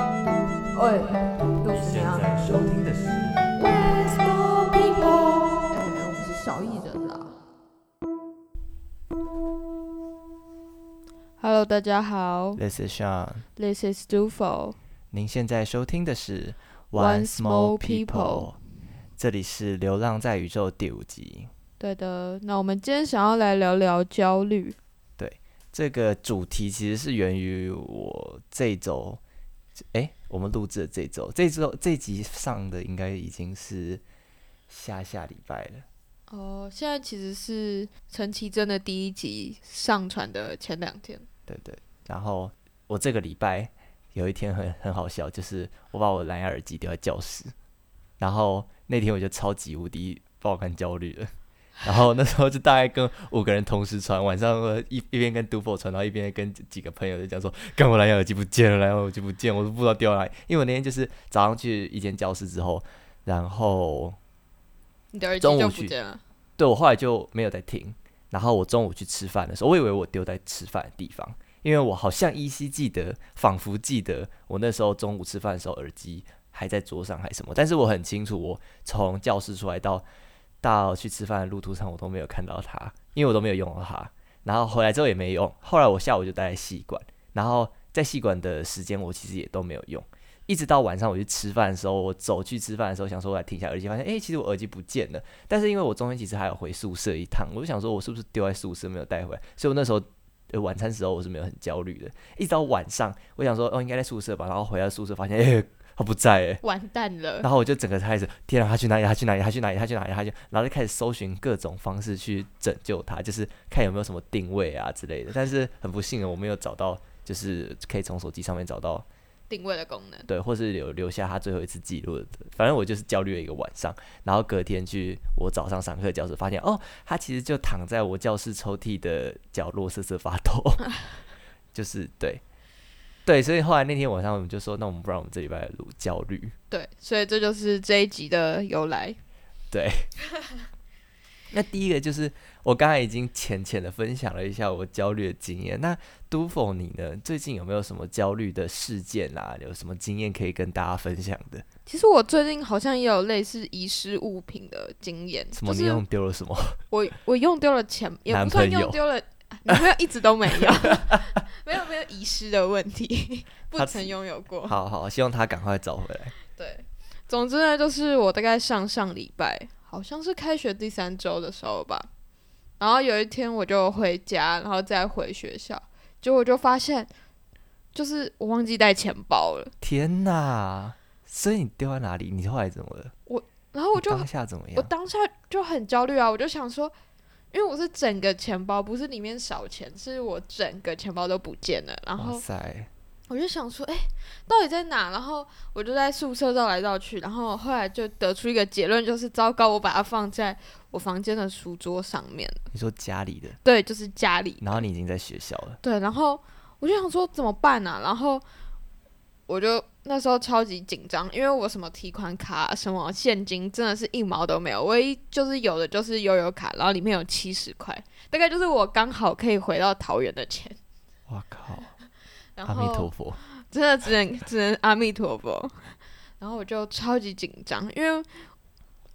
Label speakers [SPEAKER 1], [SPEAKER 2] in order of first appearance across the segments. [SPEAKER 1] 哎、又
[SPEAKER 2] 你
[SPEAKER 1] 是那
[SPEAKER 2] 现
[SPEAKER 1] 样。
[SPEAKER 2] 在收听的是，
[SPEAKER 1] 哎，我们是小艺人啦。
[SPEAKER 3] Hello，大家好
[SPEAKER 2] This is Sean。
[SPEAKER 3] ，This is Dufo。
[SPEAKER 2] 您现在收听的是
[SPEAKER 3] One Small
[SPEAKER 2] People，这里是《流浪在宇宙》第五集。
[SPEAKER 3] 对的，那我们今天想要来聊聊焦虑。
[SPEAKER 2] 这个主题其实是源于我这一周，诶，我们录制的这周，这周这集上的应该已经是下下礼拜了。
[SPEAKER 3] 哦，现在其实是陈绮贞的第一集上传的前两天。
[SPEAKER 2] 对对，然后我这个礼拜有一天很很好笑，就是我把我蓝牙耳机丢在教室，然后那天我就超级无敌爆肝焦虑了。然后那时候就大概跟五个人同时传，晚上我一一边跟 d u f o 传，然后一边跟几几个朋友就讲说，干我蓝牙耳机不见了，蓝牙耳机不见，我都不知道丢哪里。因为我那天就是早上去一间教室之后，然后
[SPEAKER 3] 你的耳
[SPEAKER 2] 中
[SPEAKER 3] 机
[SPEAKER 2] 午
[SPEAKER 3] 就不
[SPEAKER 2] 去
[SPEAKER 3] 见了。
[SPEAKER 2] 对我后来就没有再听。然后我中午去吃饭的时候，我以为我丢在吃饭的地方，因为我好像依稀记得，仿佛记得我那时候中午吃饭的时候耳机还在桌上还是什么，但是我很清楚，我从教室出来到到去吃饭的路途上，我都没有看到它，因为我都没有用到它。然后回来之后也没用，后来我下午就待在戏馆，然后在戏馆的时间我其实也都没有用，一直到晚上我去吃饭的时候，我走去吃饭的时候想说我来听一下耳机，发现诶，其实我耳机不见了。但是因为我中间其实还有回宿舍一趟，我就想说我是不是丢在宿舍没有带回来，所以我那时候、呃、晚餐时候我是没有很焦虑的，一直到晚上我想说哦应该在宿舍吧，然后回到宿舍发现 诶，他不在诶。
[SPEAKER 3] 完蛋了！
[SPEAKER 2] 然后我就整个开始，天啊，他去哪里？他去哪里？他去哪里？他去哪里？他去，然后就开始搜寻各种方式去拯救他，就是看有没有什么定位啊之类的。但是很不幸的，我没有找到，就是可以从手机上面找到，
[SPEAKER 3] 定位的功能。
[SPEAKER 2] 对，或是留留下他最后一次记录的。反正我就是焦虑了一个晚上，然后隔天去我早上上课教室，发现哦，他其实就躺在我教室抽屉的角落瑟瑟发 抖，就是对。对，所以后来那天晚上我们就说，那我们不然我们这礼拜录焦虑。
[SPEAKER 3] 对，所以这就是这一集的由来。
[SPEAKER 2] 那第一个就是我刚才已经浅浅的分享了一下我焦虑的经验。那都否你呢？最近有没有什么焦虑的事件啊？有什么经验可以跟大家分享的？
[SPEAKER 3] 其实我最近好像也有类似遗失物品的经验，
[SPEAKER 2] 什么
[SPEAKER 3] 就
[SPEAKER 2] 你
[SPEAKER 3] 是
[SPEAKER 2] 用丢了什么？
[SPEAKER 3] 我我用丢了钱，也
[SPEAKER 2] 男
[SPEAKER 3] 不算
[SPEAKER 2] 朋友
[SPEAKER 3] 用丢了，啊男朋友一直都没 有，没有没有遗失的问题， 不
[SPEAKER 2] 他
[SPEAKER 3] 曾拥有过。
[SPEAKER 2] 好好，希望他赶快找回来。
[SPEAKER 3] 对，总之呢，就是我大概上上礼拜，好像是开学第三周的时候吧，然后有一天我就回家，然后再回学校，结果我就发现，就是我忘记带钱包了，
[SPEAKER 2] 天哪！所以你丢在哪里？你后来怎么了？
[SPEAKER 3] 然后我就
[SPEAKER 2] 你当下怎么
[SPEAKER 3] 我
[SPEAKER 2] 样？
[SPEAKER 3] 当下就很焦虑啊，我就想说，因为我是整个钱包，不是里面少钱，是我整个钱包都不见了。然
[SPEAKER 2] 哇
[SPEAKER 3] 后
[SPEAKER 2] 塞！
[SPEAKER 3] 我就想说，哎、到底在哪？然后我就在宿舍绕来绕去，然后后来就得出一个结论，就是糟糕，我把它放在我房间的书桌上面了。
[SPEAKER 2] 你说家里的，
[SPEAKER 3] 对，就是家里。
[SPEAKER 2] 然后你已经在学校了，
[SPEAKER 3] 对，然后我就想说怎么办呢、然后我就那时候超级紧张，因为我什么提款卡、啊什么现金真的是一毛都没有，唯一就是有的就是悠游卡，然后里面有七十块，大概就是我刚好可以回到桃园的钱。
[SPEAKER 2] 哇靠！
[SPEAKER 3] 然
[SPEAKER 2] 阿弥陀
[SPEAKER 3] 后
[SPEAKER 2] 佛，
[SPEAKER 3] 真的只能只能阿弥陀佛。然后我就超级紧张，因为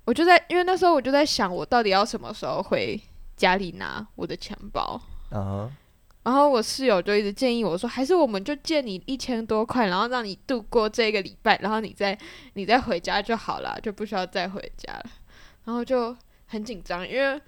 [SPEAKER 3] 我就在因为那时候我就在想，我到底要什么时候回家里拿我的钱包。
[SPEAKER 2] 嗯哼，
[SPEAKER 3] 然后我室友就一直建议我说，还是我们就借你一千多块，然后让你度过这个礼拜，然后你再你再回家就好了，就不需要再回家了。然后就很紧张，因为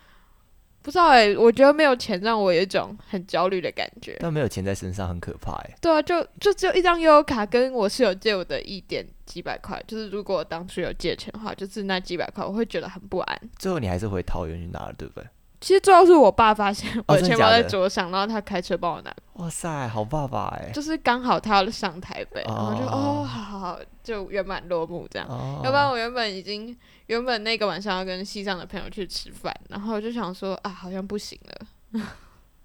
[SPEAKER 3] 不知道哎、我觉得没有钱让我有一种很焦虑的感觉。
[SPEAKER 2] 但没有钱在身上很可怕哎。
[SPEAKER 3] 对啊，就就只有一张悠游卡，跟我室友借我的一点几百块，就是如果我当初有借钱的话，就是那几百块，我会觉得很不安。
[SPEAKER 2] 最后你还是回桃园去拿了，对不对？
[SPEAKER 3] 其实最后是我爸发现我的
[SPEAKER 2] 哦真的
[SPEAKER 3] 钱包
[SPEAKER 2] 假
[SPEAKER 3] 在
[SPEAKER 2] 的
[SPEAKER 3] 桌上，然后他开车帮我拿
[SPEAKER 2] 哇塞，好爸爸哎！
[SPEAKER 3] 就是刚好他要上台北，然后就
[SPEAKER 2] 哦
[SPEAKER 3] 哦，好好好，就圆满落幕这样。
[SPEAKER 2] 哦
[SPEAKER 3] 要不然我原本已经原本那个晚上要跟西藏的朋友去吃饭，然后我就想说啊，好像不行了。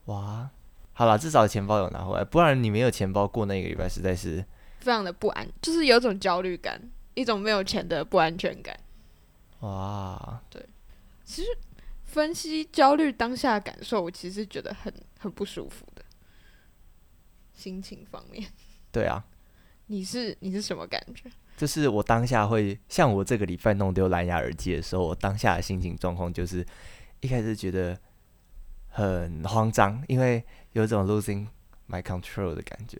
[SPEAKER 2] 哇，好啦，至少钱包有拿回来，不然你没有钱包过那个礼拜，实在是
[SPEAKER 3] 非常的不安，就是有一种焦虑感，一种没有钱的不安全感。
[SPEAKER 2] 哇，
[SPEAKER 3] 分析焦虑当下的感受，我其实觉得很很不舒服的。心情方面，
[SPEAKER 2] 对啊，
[SPEAKER 3] 你是你是什么感觉？
[SPEAKER 2] 就是我当下会像我这个礼拜弄丢蓝牙耳机的时候，我当下的心情状况就是一开始觉得很慌张，因为有一种 losing my control 的感觉，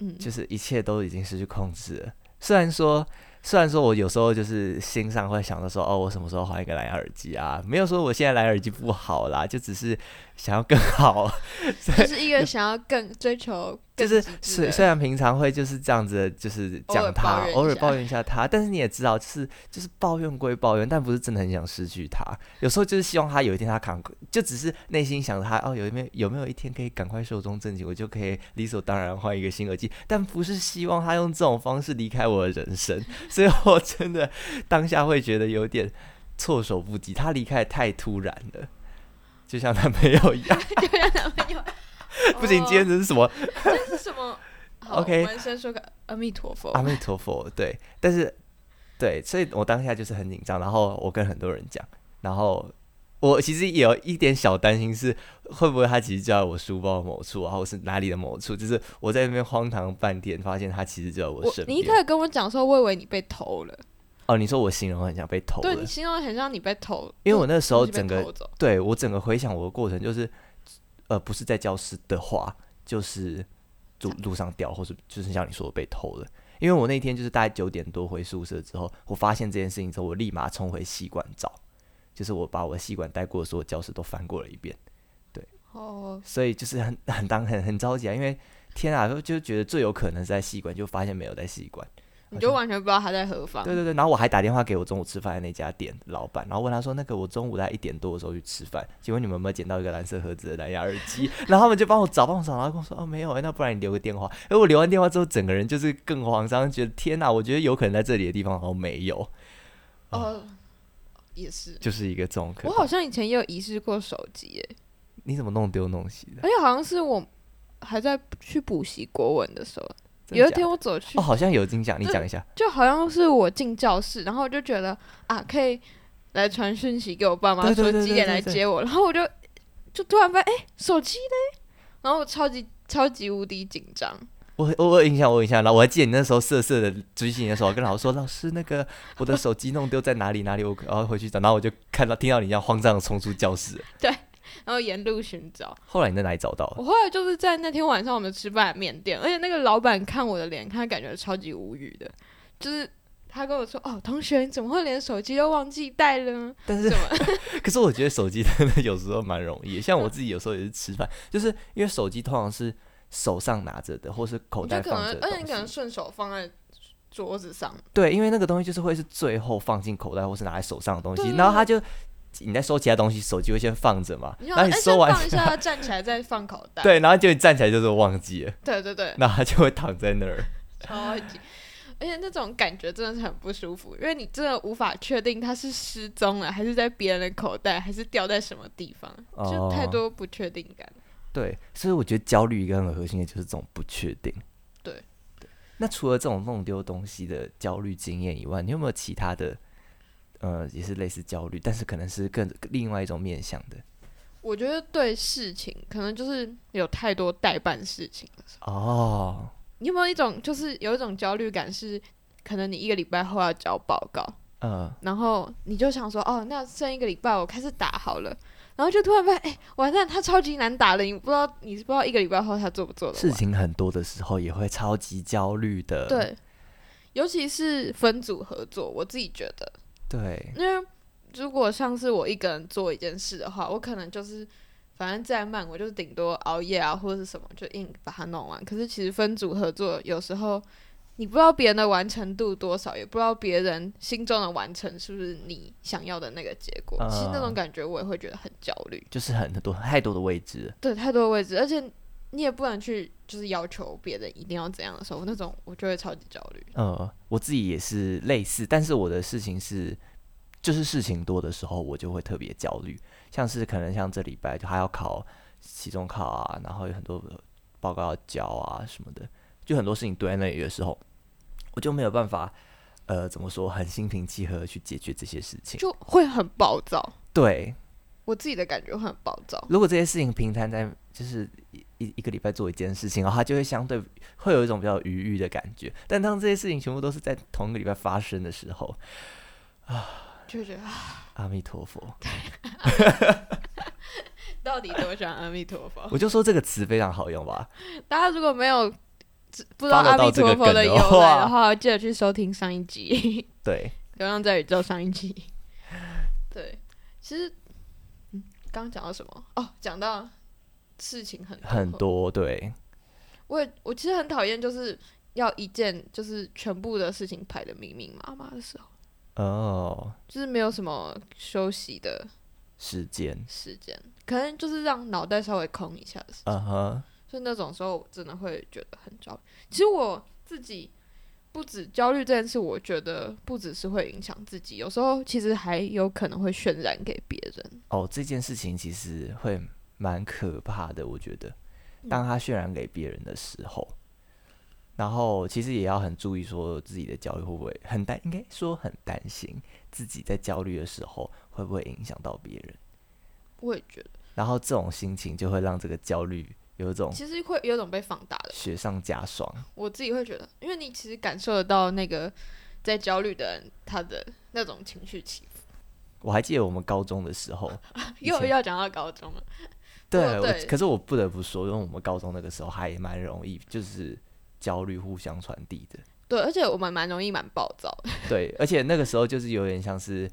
[SPEAKER 3] 嗯，
[SPEAKER 2] 就是一切都已经失去控制了。虽然说，虽然说我有时候就是心上会想到说，哦，我什么时候换一个蓝牙耳机啊？没有说我现在蓝牙耳机不好啦，就只是想要更好。
[SPEAKER 3] 就是一个想要更追求
[SPEAKER 2] 就
[SPEAKER 3] 更
[SPEAKER 2] 是啊
[SPEAKER 3] 极致
[SPEAKER 2] 虽
[SPEAKER 3] 的
[SPEAKER 2] 虽然平常会就是这样子，就是
[SPEAKER 3] 偶
[SPEAKER 2] 讲
[SPEAKER 3] 尔
[SPEAKER 2] 他
[SPEAKER 3] 抱，怨
[SPEAKER 2] 偶
[SPEAKER 3] 一
[SPEAKER 2] 尔
[SPEAKER 3] 下
[SPEAKER 2] 抱怨一下他，但是你也知道，就是就是抱怨归抱怨，但不是真的很想失去他。有时候就是希望他有一天他扛，就只是内心想着他哦，有没有有没有一天可以赶快寿终正寝，我就可以理所当然换一个新耳机，但不是希望他用这种方式离开我的人 生。所以我真的当下会觉得有点措手不及，他离开得太突然了，就像男朋友一样。
[SPEAKER 3] 就让 男朋友
[SPEAKER 2] 不行，今天这是什么
[SPEAKER 3] 这是什么好
[SPEAKER 2] OK 啊
[SPEAKER 3] 我们先说个阿弥陀佛。
[SPEAKER 2] 阿弥陀佛， 对，但是对，所以我当下就是很紧张，然后我跟很多人讲，然后我其实也有一点小担心是会不会他其实就在我书包的某处啊，或是哪里的某处，就是我在那边荒唐半天，发现他其实就在我
[SPEAKER 3] 我
[SPEAKER 2] 身
[SPEAKER 3] 你一
[SPEAKER 2] 边。
[SPEAKER 3] 开始跟我讲说，我以为你被偷了，
[SPEAKER 2] 哦，你说我形容很像被偷
[SPEAKER 3] 对
[SPEAKER 2] 了
[SPEAKER 3] 你，形容得很像你被偷，
[SPEAKER 2] 因为我那时候
[SPEAKER 3] 东西被
[SPEAKER 2] 整个
[SPEAKER 3] 偷走
[SPEAKER 2] 对我整个回想我的过程就是，呃，不是在教室的话，就是路路上掉，或是就是像你说的被偷了。因为我那天就是大概九点多回宿舍之后，我发现这件事情之后，我立马冲回系馆找，就是我把我的系馆带过的所有教室都翻过了一遍，
[SPEAKER 3] 哦，
[SPEAKER 2] 所以就是很很当很很着急啊，因为天啊，就就觉得最有可能是在系馆，就发现没有在系馆。
[SPEAKER 3] 你就完全不知道他在何方。
[SPEAKER 2] 对对对，然后我还打电话给我中午吃饭的那家店老板，然后问他说，那个我中午在一点多的时候去吃饭，请问你们有没有捡到一个蓝色盒子的蓝牙耳机？然后他们就帮我找，帮我找，然后跟我说，哦，没有、欸，那不然你留个电话。而我留完电话之后，整个人就是更慌张，觉得天哪，我觉得有可能在这里的地方好像没有，
[SPEAKER 3] 哦，也是。
[SPEAKER 2] 就是一个这种可
[SPEAKER 3] 我
[SPEAKER 2] 能。
[SPEAKER 3] 好像以前也有遗失过手机耶，
[SPEAKER 2] 你怎么弄丢弄西的？
[SPEAKER 3] 而且好像是我还在去补习国文的时候，
[SPEAKER 2] 真的
[SPEAKER 3] 有一
[SPEAKER 2] 假
[SPEAKER 3] 天
[SPEAKER 2] 的
[SPEAKER 3] 我走去
[SPEAKER 2] 哦，好像有金奖，你
[SPEAKER 3] 这
[SPEAKER 2] 讲一下。
[SPEAKER 3] 就好像是我进教室，然后我就觉得啊，可以来传讯息给我爸妈
[SPEAKER 2] 对对对
[SPEAKER 3] 说
[SPEAKER 2] 对
[SPEAKER 3] 几点来
[SPEAKER 2] 对对
[SPEAKER 3] 接我，然后我就就突然发现，哎、手机嘞，然后我超级超级无敌紧张，
[SPEAKER 2] 我我我有印象，我有印象，然后我还记得你那时候瑟瑟的举起你的手，跟老师说：“老师，那个我的手机弄丢在哪里哪里，我然后回去找。”然后我就看到听到你这样慌张的冲出教室。
[SPEAKER 3] 然后沿路寻找。
[SPEAKER 2] 后来你在哪里找到的？
[SPEAKER 3] 我后来就是在那天晚上我们吃饭的面店，而且那个老板看我的脸，他感觉超级无语的，就是他跟我说，哦，同学，你怎么会连手机都忘记带了呢？
[SPEAKER 2] 但是
[SPEAKER 3] 怎，
[SPEAKER 2] 可是我觉得手机真的有时候蛮容易的，像我自己有时候也是吃饭，就是因为手机通常是手上拿着的，或是口
[SPEAKER 3] 你
[SPEAKER 2] 袋
[SPEAKER 3] 就可
[SPEAKER 2] 放
[SPEAKER 3] 能
[SPEAKER 2] 着，的
[SPEAKER 3] 而且你可
[SPEAKER 2] 东
[SPEAKER 3] 能
[SPEAKER 2] 西。
[SPEAKER 3] 顺手放在桌子上，
[SPEAKER 2] 对，因为那个东西就是会是最后放进口袋或是拿在手上的东
[SPEAKER 3] 对
[SPEAKER 2] 西，
[SPEAKER 3] 对
[SPEAKER 2] 然后
[SPEAKER 3] 对
[SPEAKER 2] 它就你在收其他东西，手机会先放着嘛，
[SPEAKER 3] 你
[SPEAKER 2] 然后
[SPEAKER 3] 想说，
[SPEAKER 2] 你
[SPEAKER 3] 哎，
[SPEAKER 2] 收
[SPEAKER 3] 先
[SPEAKER 2] 完，
[SPEAKER 3] 放一下，站起来再放口袋。
[SPEAKER 2] 对，然后就你站起来就是忘记了，
[SPEAKER 3] 对对对，
[SPEAKER 2] 然后它就会躺在那儿。
[SPEAKER 3] 超级，而且那种感觉真的是很不舒服，因为你真的无法确定它是失踪了，还是在别人的口袋，还是掉在什么地方，就太
[SPEAKER 2] 哦
[SPEAKER 3] 多不确定感。
[SPEAKER 2] 对，所以我觉得焦虑一个很核心的就是这种不确定。
[SPEAKER 3] 对
[SPEAKER 2] 对。那除了这种弄丢东西的焦虑经验以外，你有没有其他的？呃，也是类似焦虑，但是可能是更另外一种面向的
[SPEAKER 3] 我觉得对事情，可能就是有太多代办事情的时候，
[SPEAKER 2] 哦。
[SPEAKER 3] 你有没有一种就是有一种焦虑感是，可能你一个礼拜后要交报告，
[SPEAKER 2] 呃，
[SPEAKER 3] 然后你就想说，哦，那剩一个礼拜我开始打好了，然后就突然发现，哎、完蛋，他超级难打的，你不知道，你是不知道一个礼拜后他做不做的
[SPEAKER 2] 事情很多的时候也会超级焦虑的。
[SPEAKER 3] 对，尤其是分组合作，我自己觉得，
[SPEAKER 2] 对，
[SPEAKER 3] 因为如果像是我一个人做一件事的话，我可能就是反正再慢，我就顶多熬夜啊或者是什么，就硬把它弄完。可是其实分组合作，有时候你不知道别人的完成度多少，也不知道别人心中的完成是不是你想要的那个结果。其实那种
[SPEAKER 2] 嗯
[SPEAKER 3] 感觉我也会觉得很焦虑，
[SPEAKER 2] 就是很多太多的未知了。
[SPEAKER 3] 对，太多位置，而且你也不能去就是要求别人一定要怎样的时候，那种我就会超级焦虑。
[SPEAKER 2] 呃，我自己也是类似，但是我的事情是，就是事情多的时候，我就会特别焦虑。像是可能像这礼拜就还要考期中考啊，然后有很多报告要交啊什么的，就很多事情堆在那里的时候，我就没有办法，呃，怎么说，很心平气和地去解决这些事情。
[SPEAKER 3] 就会很暴躁。
[SPEAKER 2] 对，
[SPEAKER 3] 我自己的感觉会很暴躁。
[SPEAKER 2] 如果这些事情平摊在就是一一一个礼拜做一件事情，然后它就会相对会有一种比较愉悦的感觉。但当这些事情全部都是在同一个礼拜发生的时候，
[SPEAKER 3] 就觉得啊
[SPEAKER 2] 阿弥陀佛，
[SPEAKER 3] 到底多喜欢阿弥陀佛？
[SPEAKER 2] 我就说这个词非常好用吧。
[SPEAKER 3] 大家如果没有知不知道
[SPEAKER 2] follow
[SPEAKER 3] 阿弥
[SPEAKER 2] 到这
[SPEAKER 3] 陀
[SPEAKER 2] 个
[SPEAKER 3] 佛的
[SPEAKER 2] 梗
[SPEAKER 3] 由
[SPEAKER 2] 的
[SPEAKER 3] 来
[SPEAKER 2] 话
[SPEAKER 3] 的话，记得去收听上一集
[SPEAKER 2] 对，
[SPEAKER 3] 《流浪在宇宙》上一 集。对，其实嗯，刚刚讲到什么？哦，讲到事情很
[SPEAKER 2] 很
[SPEAKER 3] 多。
[SPEAKER 2] 多对，
[SPEAKER 3] 我也我其实很讨厌，就是要一件就是全部的事情排的密密麻麻的时候，
[SPEAKER 2] 哦，
[SPEAKER 3] 就是没有什么休息的
[SPEAKER 2] 时间，
[SPEAKER 3] 时间，可能就是让脑袋稍微空一下的时候。
[SPEAKER 2] 嗯哼，
[SPEAKER 3] 所以那种时候我真的会觉得很焦虑。其实我自己不止焦虑这件事，我觉得不只是会影响自己，有时候其实还有可能会渲染给别人。
[SPEAKER 2] 哦，这件事情其实会蛮可怕的，我觉得，当它渲染给别人的时候，然后其实也要很注意，说自己的焦虑会不会很担，应该说很担心自己在焦虑的时候会不会影响到别人，
[SPEAKER 3] 我也觉得，
[SPEAKER 2] 然后这种心情就会让这个焦虑有一种
[SPEAKER 3] 其实会有一种被放大的。
[SPEAKER 2] 雪上加霜。
[SPEAKER 3] 我自己会觉得，因为你其实感受得到那个在焦虑的人他的那种情绪起伏。
[SPEAKER 2] 我还记得我们高中的时候，以
[SPEAKER 3] 又
[SPEAKER 2] 前
[SPEAKER 3] 要讲到高中了，
[SPEAKER 2] 对，
[SPEAKER 3] 哦
[SPEAKER 2] 我
[SPEAKER 3] 对
[SPEAKER 2] 可是我不得不说，因为我们高中那个时候还蛮容易，就是焦虑互相传递的。
[SPEAKER 3] 对，而且我们蛮容易蛮暴躁的，
[SPEAKER 2] 对，而且那个时候就是有点像是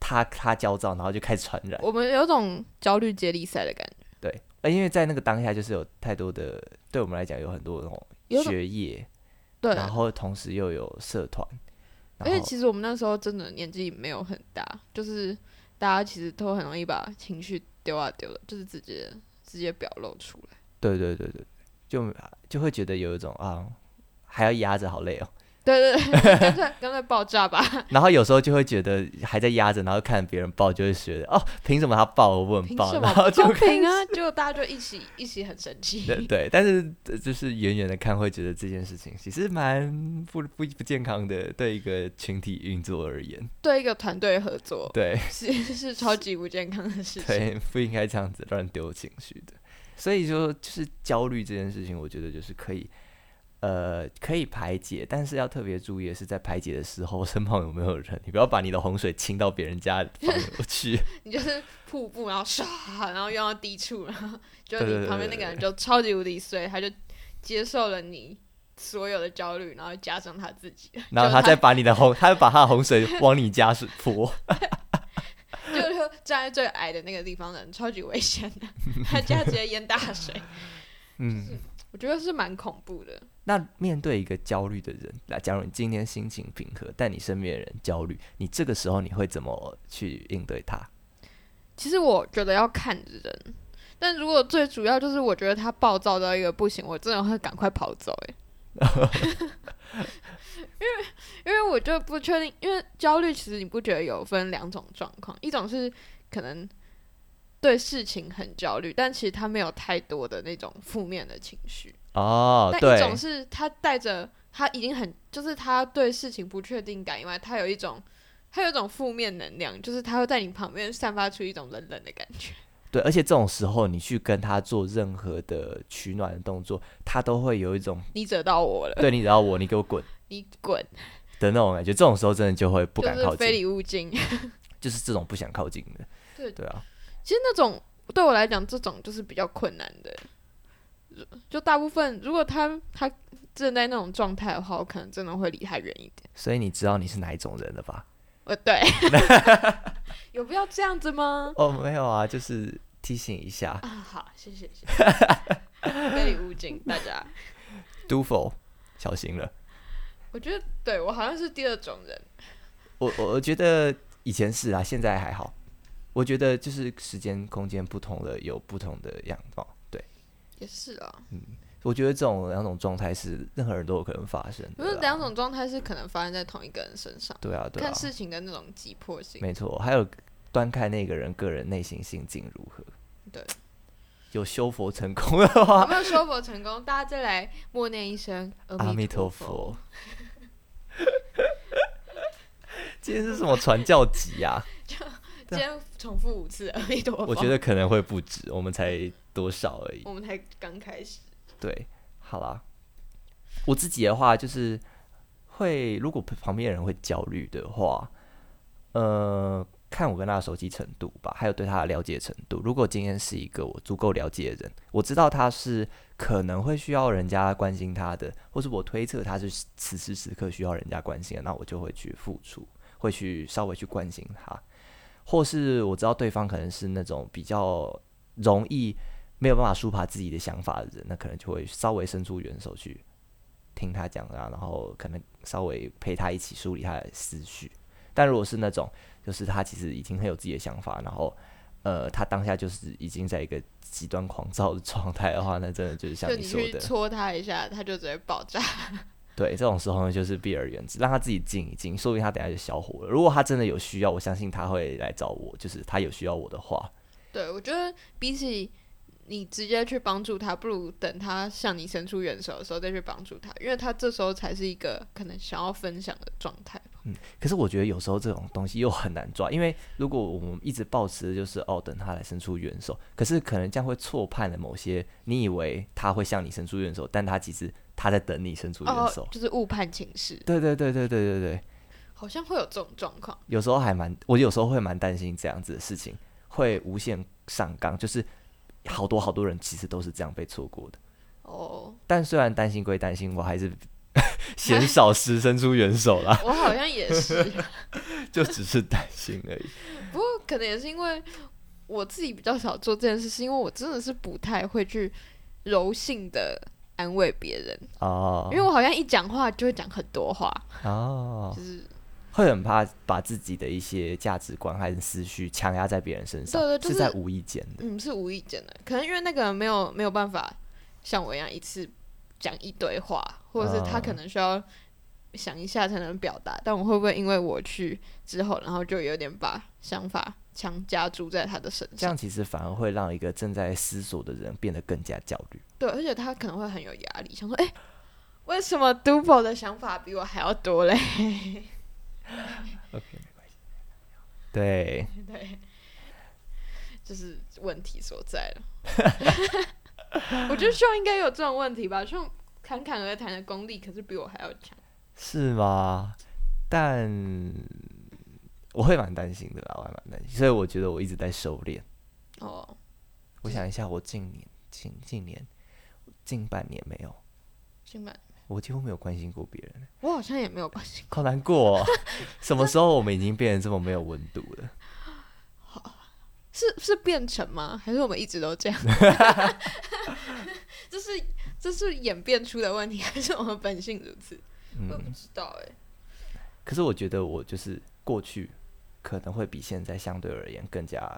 [SPEAKER 2] 他他焦躁，然后就开始传染。
[SPEAKER 3] 我们有种焦虑接力赛的感觉，
[SPEAKER 2] 对，呃，因为在那个当下就是有太多的，对我们来讲有很多那
[SPEAKER 3] 有
[SPEAKER 2] 种
[SPEAKER 3] 种
[SPEAKER 2] 学业，
[SPEAKER 3] 对，啊
[SPEAKER 2] 然后同时又有社团，
[SPEAKER 3] 而
[SPEAKER 2] 然
[SPEAKER 3] 且
[SPEAKER 2] 后
[SPEAKER 3] 其实我们那时候真的年纪没有很大，就是大家其实都很容易把情绪丢啊丢的，就是直接直接表露出来。
[SPEAKER 2] 对对对对，就就会觉得有一种啊，还要压着好累哦。
[SPEAKER 3] 对对对， 干脆干脆爆炸吧！
[SPEAKER 2] 然后有时候就会觉得还在压着，然后看别人爆就会觉得哦，凭什么他爆我不能
[SPEAKER 3] 凭
[SPEAKER 2] 爆？
[SPEAKER 3] 什么
[SPEAKER 2] 然后就
[SPEAKER 3] 不平啊？结果大家就一起一起很生
[SPEAKER 2] 对
[SPEAKER 3] 气。
[SPEAKER 2] 对，但是呃就是远远的看会觉得这件事情其实蛮不不不健康的，对一个群体运作而言，
[SPEAKER 3] 对一个团队合作
[SPEAKER 2] 对
[SPEAKER 3] 是是超级不健康的事情。
[SPEAKER 2] 对，不应该这样子乱丢情绪的。所以说，就是焦虑这件事情，我觉得就是可以，呃，可以排解，但是要特别注意的是，在排解的时候，身旁有没有人，你不要把你的洪水倾到别人家的房里去。
[SPEAKER 3] 你就是瀑布，然后唰，然后用到低处，然后就
[SPEAKER 2] 对对
[SPEAKER 3] 你
[SPEAKER 2] 对
[SPEAKER 3] 旁边那
[SPEAKER 2] 对
[SPEAKER 3] 个人就超级无敌衰，他就接受了你所有的焦虑，然后加上他自己。
[SPEAKER 2] 然后
[SPEAKER 3] 就
[SPEAKER 2] 他
[SPEAKER 3] 他
[SPEAKER 2] 再把你的洪，他把他的洪水往你家是泼。
[SPEAKER 3] 就是说站在最矮的那个地方的人，超级危险的，他家直接淹大水，
[SPEAKER 2] 嗯，
[SPEAKER 3] 我觉得是蛮恐怖的。
[SPEAKER 2] 那面对一个焦虑的人，那假如你今天心情平和，但你身边的人焦虑，你这个时候你会怎么去应对他？
[SPEAKER 3] 其实我觉得要看人，但如果最主要就是我觉得他暴躁到一个不行，我真的会赶快跑走、 欸，因为因为我就不确定，因为焦虑其实你不觉得有分两种状况，一种是可能。对事情很焦虑，但其实他没有太多的那种负面的情绪。
[SPEAKER 2] 哦，
[SPEAKER 3] 但一
[SPEAKER 2] 对，
[SPEAKER 3] 种是他带着他已经很，就是他对事情不确定感以外，他有一种他有一种负面能量，就是他会在你旁边散发出一种冷冷的感觉。
[SPEAKER 2] 对，而且这种时候你去跟他做任何的取暖的动作，他都会有一种
[SPEAKER 3] 你惹到我了，
[SPEAKER 2] 对你只要我，你给我滚
[SPEAKER 3] 你滚，
[SPEAKER 2] 的那种感觉。这种时候真的就会不
[SPEAKER 3] 就
[SPEAKER 2] 敢靠
[SPEAKER 3] 是非
[SPEAKER 2] 近，
[SPEAKER 3] 礼勿近。
[SPEAKER 2] 就是这种不想靠近的。
[SPEAKER 3] 对
[SPEAKER 2] 对啊，
[SPEAKER 3] 其实那种对我来讲，这种就是比较困难的。就大部分，如果他他正在那种状态的话，我可能真的会离他远一点。
[SPEAKER 2] 所以你知道你是哪一种人了吧？
[SPEAKER 3] 呃，对，有必要这样子吗？
[SPEAKER 2] 哦，没有啊，就是提醒一下
[SPEAKER 3] 啊，好，谢谢，谢谢，非礼勿近，大家。
[SPEAKER 2] d u f o 小心了。
[SPEAKER 3] 我觉得对我好像是第二种人，
[SPEAKER 2] 我我我觉得以前是啊，现在还好。我觉得就是时间空间不同了，有不同的样貌。对，
[SPEAKER 3] 也是啊。
[SPEAKER 2] 我觉得这种两种状态是任何人都有可能发生
[SPEAKER 3] 不是
[SPEAKER 2] 的啦。
[SPEAKER 3] 两种状态是可能发生在同一个人身上，
[SPEAKER 2] 对啊，对啊
[SPEAKER 3] 看，事情的那种急迫性。
[SPEAKER 2] 没错。还有端看那个人个人内心心境如何。
[SPEAKER 3] 对，
[SPEAKER 2] 有修佛成功的话
[SPEAKER 3] 有，没有修佛成功？大家再来默念一声
[SPEAKER 2] 阿
[SPEAKER 3] 阿
[SPEAKER 2] 弥
[SPEAKER 3] 弥
[SPEAKER 2] 陀
[SPEAKER 3] 佛。
[SPEAKER 2] 佛。 今天是什么传教集啊？
[SPEAKER 3] 今天重复五次而已，多
[SPEAKER 2] 我觉得可能会不止，我们才多少而已。
[SPEAKER 3] 我们才刚开始。
[SPEAKER 2] 对，好啦，我自己的话就是会，如果旁边的人会焦虑的话，呃，看我跟他的熟悉程度吧，还有对他的了解程度。如果今天是一个我足够了解的人，我知道他是可能会需要人家关心他的，或是我推测他是此时此刻需要人家关心的，那我就会去付出，会去稍微去关心他。或是我知道对方可能是那种比较容易没有办法抒发自己的想法的人，那可能就会稍微伸出援手去听他讲啊，然后可能稍微陪他一起梳理他的思绪。但如果是那种，就是他其实已经很有自己的想法，然后呃，他当下就是已经在一个极端狂躁的状态的话，那真的就是像
[SPEAKER 3] 就
[SPEAKER 2] 你
[SPEAKER 3] 你
[SPEAKER 2] 说
[SPEAKER 3] 去
[SPEAKER 2] 的，
[SPEAKER 3] 戳他一下，他就直接爆炸。
[SPEAKER 2] 对，这种时候呢，就是避而远之，让他自己静一静，说不定他等下就消火了。如果他真的有需要，我相信他会来找我，就是他有需要我的话，
[SPEAKER 3] 对，我觉得比起你直接去帮助他，不如等他向你伸出援手的时候再去帮助他，因为他这时候才是一个可能想要分享的状态吧。
[SPEAKER 2] 可是我觉得有时候这种东西又很难抓，因为如果我们一直抱持的就是哦，等他来伸出援手，可是可能这样会错判了某些你以为他会向你伸出援手，但他其实他在等你伸出援手。
[SPEAKER 3] 哦，就是误判情势，
[SPEAKER 2] 对对对对对对对，
[SPEAKER 3] 好像会有这种状况。
[SPEAKER 2] 有时候还蛮，我有时候会蛮担心这样子的事情会无限上纲，就是好多好多人其实都是这样被错过的。
[SPEAKER 3] 哦，
[SPEAKER 2] 但虽然担心归担心，我还是 嫌少时伸出援手 啦，
[SPEAKER 3] 我好像也 是。
[SPEAKER 2] 就只是担心而已。
[SPEAKER 3] 不过可能也是因为我自己比较少做这件事，是因为我真的是不太会去柔性的安慰别人，
[SPEAKER 2] 哦，
[SPEAKER 3] 因为我好像一讲话就会讲很多话，
[SPEAKER 2] 哦，
[SPEAKER 3] 就是
[SPEAKER 2] 会很怕把自己的一些价值观还是思绪强压在别人身上，
[SPEAKER 3] 对对就是
[SPEAKER 2] 在无意间的。
[SPEAKER 3] 嗯是无意间的，可能因为那个人没有没有办法像我一样一次讲一堆话，或者是他可能需要想一下才能表达，但我会不会因为我去之后，然后就有点把想法强加注在他的身
[SPEAKER 2] 这
[SPEAKER 3] 上？
[SPEAKER 2] 样其实反而会让一个正在思索的人变得更加焦虑。
[SPEAKER 3] 对，而且他可能会很有压力，想说，哎、为什么 Dubo 的想法比我还要多嘞？
[SPEAKER 2] 对，
[SPEAKER 3] 对，就是问题所在了。 我觉得秀应该有这种问题吧，秀侃侃而谈的功力可是比我还要强。
[SPEAKER 2] 是吗？但我会蛮担心的啦，我还蛮担心，所以我觉得我一直在收敛。
[SPEAKER 3] 哦，
[SPEAKER 2] 我想一下，我近年、近近年、近半年没有，
[SPEAKER 3] 新版
[SPEAKER 2] 我几乎没有关心过别人，
[SPEAKER 3] 我好像也没有关心，
[SPEAKER 2] 好难过、哦。 什么时候我们已经变得这么没有温度了？
[SPEAKER 3] 是是变成吗？还是我们一直都这样？ 这是这是演变出的问题，还是我们本性如此？我也
[SPEAKER 2] 嗯
[SPEAKER 3] 不。知道哎、
[SPEAKER 2] 可是我觉得我就是过去可能会比现在相对而言更加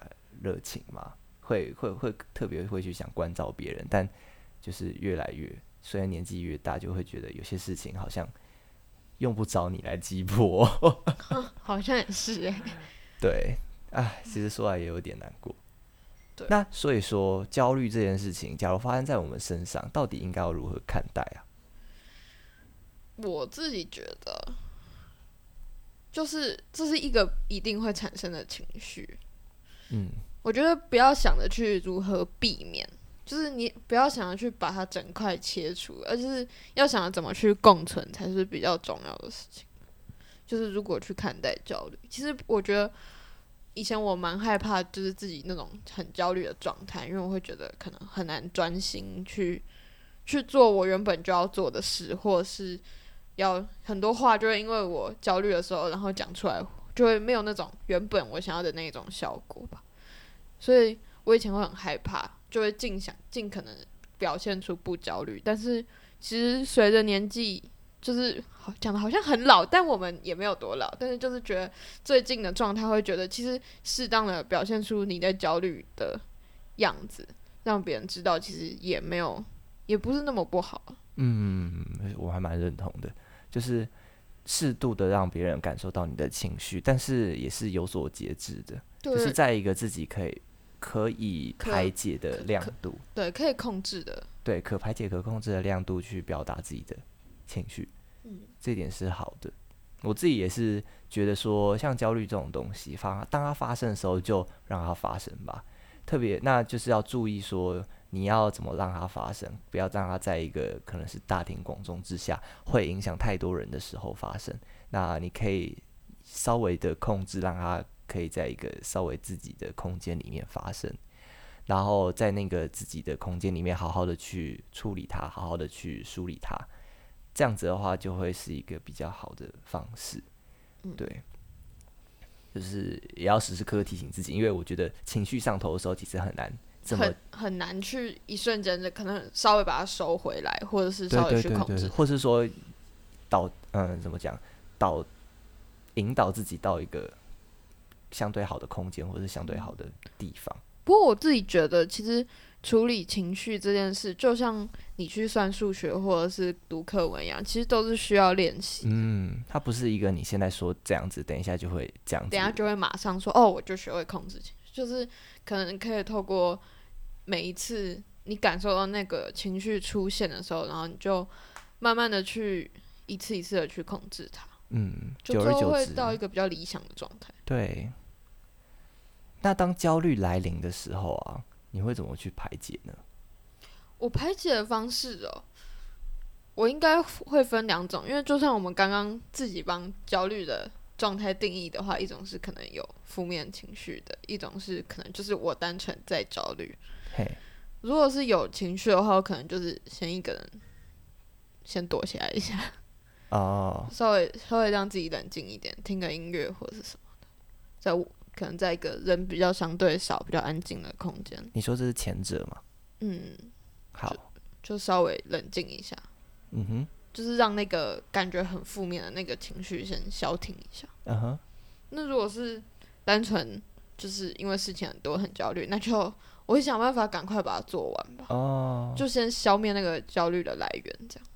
[SPEAKER 2] 热情嘛，会会会特别会去想关照别人，但就是越来越虽然年纪越大，就会觉得有些事情好像用不着你来击破。
[SPEAKER 3] 好像也是哎、
[SPEAKER 2] 对，唉，其实说来也有点难过。
[SPEAKER 3] 对
[SPEAKER 2] 那所以说焦虑这件事情，假如发生在我们身上，到底应该要如何看待啊？
[SPEAKER 3] 我自己觉得，就是这是一个一定会产生的情绪。
[SPEAKER 2] 嗯，
[SPEAKER 3] 我觉得不要想着去如何避免，就是你不要想着去把它整块切除，而是要想着怎么去共存才是比较重要的事情。就是如果去看待焦虑，其实我觉得以前我蛮害怕，就是自己那种很焦虑的状态，因为我会觉得可能很难专心去去做我原本就要做的事，或者是要很多话就会因为我焦虑的时候，然后讲出来，就会没有那种原本我想要的那种效果吧。所以我以前会很害怕，就会尽想尽可能表现出不焦虑。但是其实随着年纪，就是好讲的好像很老，但我们也没有多老。但是就是觉得最近的状态，会觉得其实适当的表现出你在焦虑的样子，让别人知道，其实也没有，也不是那么不好。
[SPEAKER 2] 嗯，我还蛮认同的，就是适度的让别人感受到你的情绪，但是也是有所节制的，
[SPEAKER 3] 对
[SPEAKER 2] 就是在一个自己可以可以
[SPEAKER 3] 可
[SPEAKER 2] 排解的
[SPEAKER 3] 可
[SPEAKER 2] 量
[SPEAKER 3] 可
[SPEAKER 2] 度，
[SPEAKER 3] 对，可以控制的。
[SPEAKER 2] 对，可排解可控制的量度去表达自己的情绪，
[SPEAKER 3] 嗯
[SPEAKER 2] 这一点是好的。我自己也是觉得说，像焦虑这种东西发，当它发生的时候，就让它发生吧。特别那就是要注意说，你要怎么让它发生，不要让它在一个可能是大庭广众之下，会影响太多人的时候发生。那你可以稍微的控制，让它可以在一个稍微自己的空间里面发生。然后在那个自己的空间里面，好好的去处理它，好好的去梳理它，这样子的话就会是一个比较好的方式。
[SPEAKER 3] 嗯
[SPEAKER 2] 对，就是也要时时刻刻提醒自己，因为我觉得情绪上头的时候，其实很难这么
[SPEAKER 3] 很很难去一瞬间的，可能稍微把它收回来，或者是
[SPEAKER 2] 对
[SPEAKER 3] 稍微
[SPEAKER 2] 对
[SPEAKER 3] 去
[SPEAKER 2] 对
[SPEAKER 3] 控
[SPEAKER 2] 对，
[SPEAKER 3] 制。
[SPEAKER 2] 或是说导嗯怎么讲导引导自己到一个相对好的空间，或是相对
[SPEAKER 3] 嗯
[SPEAKER 2] 好的地方。
[SPEAKER 3] 不过我自己觉得，其实处理情绪这件事，就像你去算数学或者是读课文一样，其实都是需要练习。
[SPEAKER 2] 嗯，它不是一个你现在说这样子，等一下就会这样子。
[SPEAKER 3] 等一下就会马上说哦，我就学会控制情绪，就是可能可以透过每一次你感受到那个情绪出现的时候，然后你就慢慢的去一次一次的去控制它，
[SPEAKER 2] 嗯，
[SPEAKER 3] 就
[SPEAKER 2] 久
[SPEAKER 3] 最
[SPEAKER 2] 而
[SPEAKER 3] 后
[SPEAKER 2] 久
[SPEAKER 3] 会
[SPEAKER 2] 之，
[SPEAKER 3] 到一个比较理想的状态。
[SPEAKER 2] 对。那当焦虑来临的时候啊，你会怎么去排解呢？
[SPEAKER 3] 我排解的方式哦，我应该会分两种，因为就算我们刚刚自己帮焦虑的状态定义的话，一种是可能有负面情绪的，一种是可能就是我单纯在焦虑。
[SPEAKER 2] 嘿，
[SPEAKER 3] 如果是有情绪的话，我可能就是先一个人先躲起来一下，
[SPEAKER 2] 哦，
[SPEAKER 3] 稍微稍微让自己冷静一点，听个音乐或者是什么的，在我可能在一个人比较相对少、比较安静的空间，
[SPEAKER 2] 你说这是前者嘛？
[SPEAKER 3] 嗯，
[SPEAKER 2] 好，
[SPEAKER 3] 就稍微冷静一下，
[SPEAKER 2] 嗯哼，
[SPEAKER 3] 就是让那个感觉很负面的那个情绪先消停一下。
[SPEAKER 2] 嗯哼，
[SPEAKER 3] 那如果是单纯就是因为事情很多很焦虑，那就我会想办法赶快把它做完吧，
[SPEAKER 2] 哦，
[SPEAKER 3] 就先消灭那个焦虑的来源，这样。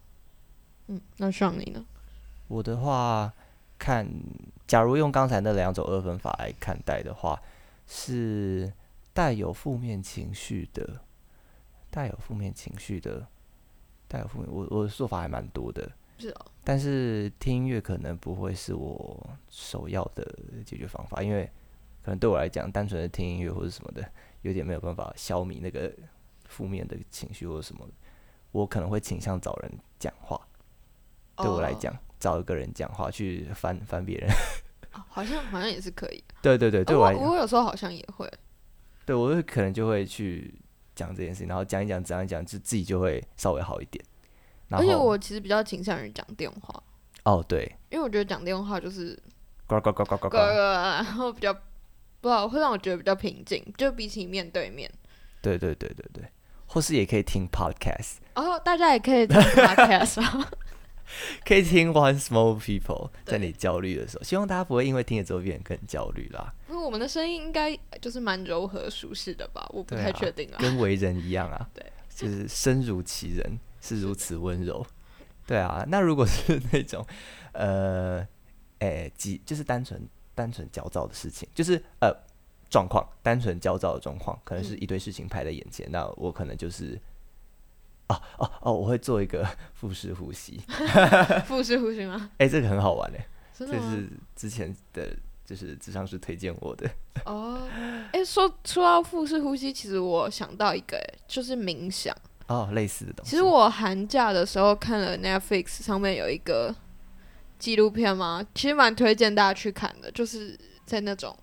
[SPEAKER 3] 嗯，那像你呢？
[SPEAKER 2] 我的话，看，假如用刚才那两种二分法来看待的话，是带有负面情绪的，带有负面情绪的，带有负面，我我的做法还蛮多的，
[SPEAKER 3] 是哦，
[SPEAKER 2] 但是听音乐可能不会是我首要的解决方法，因为可能对我来讲，单纯的听音乐或者什么的，有点没有办法消弭那个负面的情绪或者什么的，我可能会倾向找人讲话。对我来
[SPEAKER 3] 哦
[SPEAKER 2] 讲，找一个人讲话去翻翻别人。
[SPEAKER 3] 哦好像好像也是可以。
[SPEAKER 2] 对对对，对
[SPEAKER 3] 啊
[SPEAKER 2] 我来
[SPEAKER 3] 我
[SPEAKER 2] 讲，
[SPEAKER 3] 我有时候好像也会，
[SPEAKER 2] 对我会可能就会去讲这件事情，然后讲一讲，讲一讲，就自己就会稍微好一点。然
[SPEAKER 3] 而且
[SPEAKER 2] 后
[SPEAKER 3] 我其实比较倾向于讲电话，
[SPEAKER 2] 哦对，
[SPEAKER 3] 因为我觉得讲电话就是
[SPEAKER 2] 呱呱呱呱呱
[SPEAKER 3] 呱
[SPEAKER 2] 呱
[SPEAKER 3] 呱，呱，
[SPEAKER 2] 啊
[SPEAKER 3] 然后比较不知道会让我觉得比较平静，就比起面对面。
[SPEAKER 2] 对对对对对，或是也可以听 podcast，
[SPEAKER 3] 然后哦大家也可以听 podcast 啊，
[SPEAKER 2] 可以听 One Small People，在
[SPEAKER 3] 对
[SPEAKER 2] 你焦虑的时候，希望大家不会因为听了之后变得更焦虑啦，
[SPEAKER 3] 因为我们的声音应该就是蛮柔和舒适的吧，我不
[SPEAKER 2] 对
[SPEAKER 3] 太
[SPEAKER 2] 啊
[SPEAKER 3] 确定啊。，
[SPEAKER 2] 跟为人一样啊
[SPEAKER 3] 对，
[SPEAKER 2] 就是身如其人，是如此温柔。对啊，那如果是那种，呃，诶、急，就是单纯单纯焦躁的事情，就是呃状况，单纯焦躁的状况，可能是
[SPEAKER 3] 嗯
[SPEAKER 2] 一堆事情排在眼前，那我可能就是，哦哦哦，我会做一个 腹式呼吸，
[SPEAKER 3] 腹式呼吸吗？
[SPEAKER 2] 哎、这个很好玩哎、
[SPEAKER 3] 真的
[SPEAKER 2] 这
[SPEAKER 3] 吗？
[SPEAKER 2] 是之前的，就是智商是推荐我的，
[SPEAKER 3] 哦，哎，说说到腹式呼吸，其实我想到一个，诶就是冥想。
[SPEAKER 2] 哦，类似的东西。
[SPEAKER 3] 其实我寒假的时候看了 Netflix 上面有一个纪录片嘛，其实蛮推荐大家去看的，就是在那种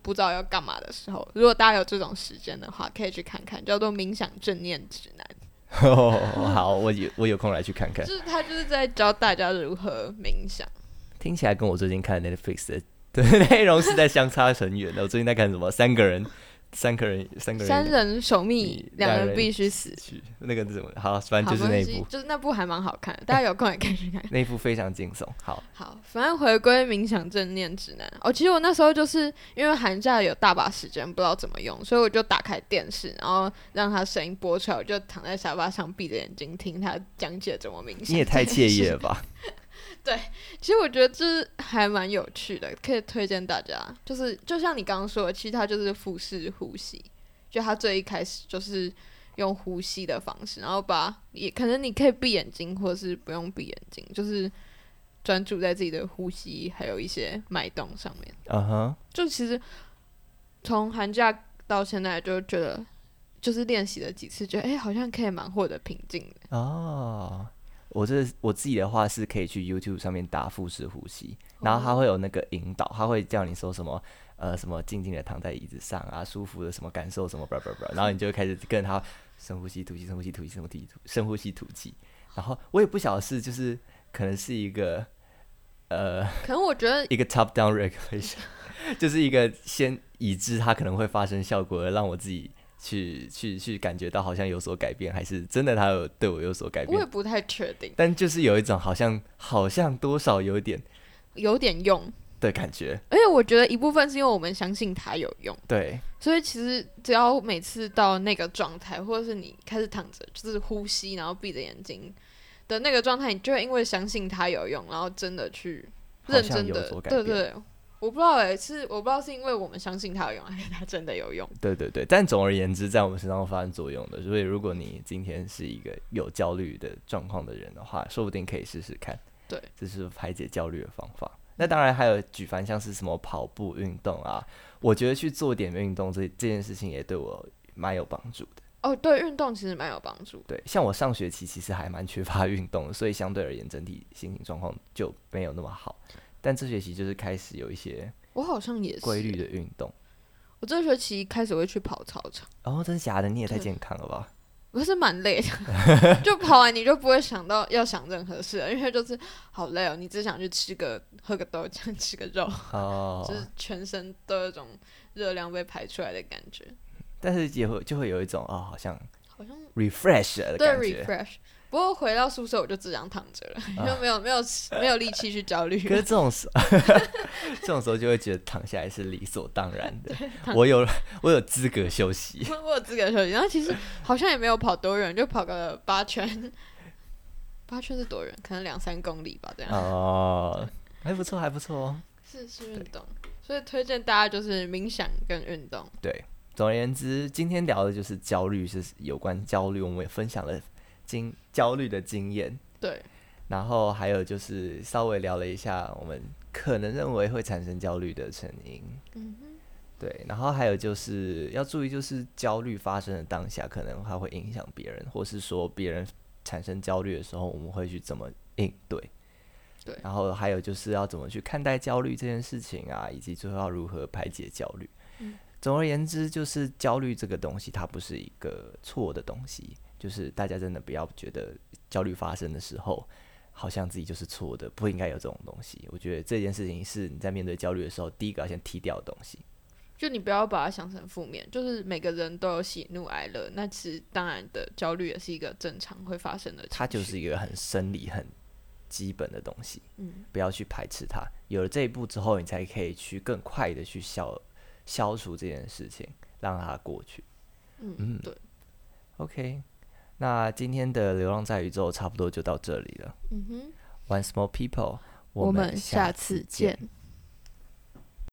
[SPEAKER 3] 不知道要干嘛的时候，如果大家有这种时间的话，可以去看看，叫做《冥想正念指南
[SPEAKER 2] 哦， 好，我有我有空来去看》，看。
[SPEAKER 3] 就是他就是在教大家如何冥想。
[SPEAKER 2] 听起来跟我最近看的 Netflix 的 的内容是在相差很远的。我最近在看什么？三个人，三个人，三个人，
[SPEAKER 3] 三人守密
[SPEAKER 2] 你，
[SPEAKER 3] 两
[SPEAKER 2] 两
[SPEAKER 3] 人
[SPEAKER 2] 人
[SPEAKER 3] 必须死。
[SPEAKER 2] 去那个是什么？好，反
[SPEAKER 3] 好，
[SPEAKER 2] 正就是那
[SPEAKER 3] 没
[SPEAKER 2] 一
[SPEAKER 3] 关系
[SPEAKER 2] 部，
[SPEAKER 3] 就是那部还蛮好看的，大家有空也可以去看。
[SPEAKER 2] 那一部非常惊悚。好，
[SPEAKER 3] 好，反正回归冥想正念指南。哦，其实我那时候就是因为寒假有大把时间，不知道怎么用，所以我就打开电视，然后让它声音播出来，我就躺在沙发上闭着眼睛听他讲解怎么冥想。
[SPEAKER 2] 你也太惬意了！吧？
[SPEAKER 3] 其实我觉得这还蛮有趣的，可以推荐大家。就是就像你刚刚说的，其实它就是腹式呼吸，就它最一开始就是用呼吸的方式，然后把也可能你可以闭眼睛，或者是不用闭眼睛，就是专注在自己的呼吸还有一些脉动上面。
[SPEAKER 2] 嗯哼，
[SPEAKER 3] 就其实从寒假到现在，就觉得就是练习了几次，觉得哎、诶好像可以蛮获得平静的。
[SPEAKER 2] 哦，我这我自己的话是可以去 YouTube 上面打腹式呼吸，然后它会有那个引导，它会叫你说什么。呃，什么静静的躺在椅子上啊，舒服的什么感受什么叭叭叭，然后你就会开始跟着它深呼吸吐气，深呼吸吐气，深呼吸吐深呼吸吐气。然后我也不晓得是就是可能是一个呃
[SPEAKER 3] 可能我觉得
[SPEAKER 2] 一个 top down regulation，就是 一个先已知它可能会发生效果，而让我自己去去去感觉到好像有所改变，还是真的它有对我有所改
[SPEAKER 3] 我也
[SPEAKER 2] 变？
[SPEAKER 3] 不太确定，
[SPEAKER 2] 但就是有一种好像好像多少有点
[SPEAKER 3] 有点用。
[SPEAKER 2] 的感觉，
[SPEAKER 3] 而且我觉得一部分是因为我们相信它有用，
[SPEAKER 2] 对，
[SPEAKER 3] 所以其实只要每次到那个状态，或者是你开始躺着就是呼吸，然后闭着眼睛的那个状态，你就会因为相信它有用，然后真的去
[SPEAKER 2] 好
[SPEAKER 3] 认
[SPEAKER 2] 像
[SPEAKER 3] 真
[SPEAKER 2] 有
[SPEAKER 3] 的，
[SPEAKER 2] 所改
[SPEAKER 3] 对
[SPEAKER 2] 变，
[SPEAKER 3] 对。我不知道哎、是我不知道是因为我们相信它有用，还是它真的 有用。
[SPEAKER 2] 对对对。但总而言之，在我们身上发生作用的，所以如果你今天是一个有焦虑的状况的人的话，说不定可以试试看。
[SPEAKER 3] 对，
[SPEAKER 2] 这是排解焦虑的方法。那当然还有举凡像是什么跑步运动啊，我觉得去做点运动这这件事情也对我蛮有帮助的。
[SPEAKER 3] 哦，对，运动其实蛮有帮助的。
[SPEAKER 2] 对，像我上学期其实还蛮缺乏运动的，所以相对而言整体心情状况就没有那么好。但这学期就是开始有一些
[SPEAKER 3] 我好像也是
[SPEAKER 2] 规律的运动。
[SPEAKER 3] 我这学期开始会去跑操场，
[SPEAKER 2] 哦，真的假的？你也太
[SPEAKER 3] 对
[SPEAKER 2] 健康了吧！
[SPEAKER 3] 我是蛮累的， 就跑完你就不会想到要想任何事了，因为就是好累哦，你只想去吃个喝个豆浆， 吃个肉，
[SPEAKER 2] 哦，
[SPEAKER 3] 就是全身都有一种热量被排出来的感觉，
[SPEAKER 2] 但是也会就会有一种哦，好像
[SPEAKER 3] 好像
[SPEAKER 2] refresh 了的
[SPEAKER 3] 对
[SPEAKER 2] 感觉。啊
[SPEAKER 3] refresh。不过回到宿舍我就只想躺着了，就没有没有没有力气去焦虑
[SPEAKER 2] 可是
[SPEAKER 3] 了。
[SPEAKER 2] 这种时 候，这种时候就会觉得躺下来是理所当然 的。我有我有资格休息，
[SPEAKER 3] 我有资格休息，然后其实好像也没有跑多远，就跑个八圈， 八圈是多远？可能两三公里吧，这样。
[SPEAKER 2] 哦，还不错，还不错哦。
[SPEAKER 3] 是是运动，所以推荐大家就是冥想跟运动。
[SPEAKER 2] 对，总而言之，今天聊的就是焦虑，是有关焦虑，我们也分享了经焦虑的经验，
[SPEAKER 3] 对，
[SPEAKER 2] 然后还有就是稍微聊了一下我们可能认为会产生焦虑的成因。
[SPEAKER 3] 嗯哼，
[SPEAKER 2] 对，然后还有就是要注意，就是焦虑发生的当下，可能它会影响别人，或是说别人产生焦虑的时候，我们会去怎么应对。
[SPEAKER 3] 对
[SPEAKER 2] 然后还有就是要怎么去看待焦虑这件事情啊，以及最后要如何排解焦虑。
[SPEAKER 3] 嗯
[SPEAKER 2] 总而言之，就是焦虑这个东西，它不是一个错的东西，就是大家真的不要觉得焦虑发生的时候，好像自己就是错的，不应该有这种东西。我觉得这件事情是你在面对焦虑的时候，第一个要先踢掉的东西。
[SPEAKER 3] 就你不要把它想成负面，就是每个人都有喜怒哀乐，那其实当然的焦虑也是一个正常会发生的情绪。
[SPEAKER 2] 它就是一个很生理、很基本的东西，
[SPEAKER 3] 嗯，
[SPEAKER 2] 不要去排斥它。有了这一步之后，你才可以去更快的去消消除这件事情，让它过去。
[SPEAKER 3] 嗯
[SPEAKER 2] 嗯
[SPEAKER 3] 对，
[SPEAKER 2] OK，那今天的《流浪在宇宙》差不多就到这里了。
[SPEAKER 3] 嗯哼，
[SPEAKER 2] Once more people，
[SPEAKER 3] 我们下次见。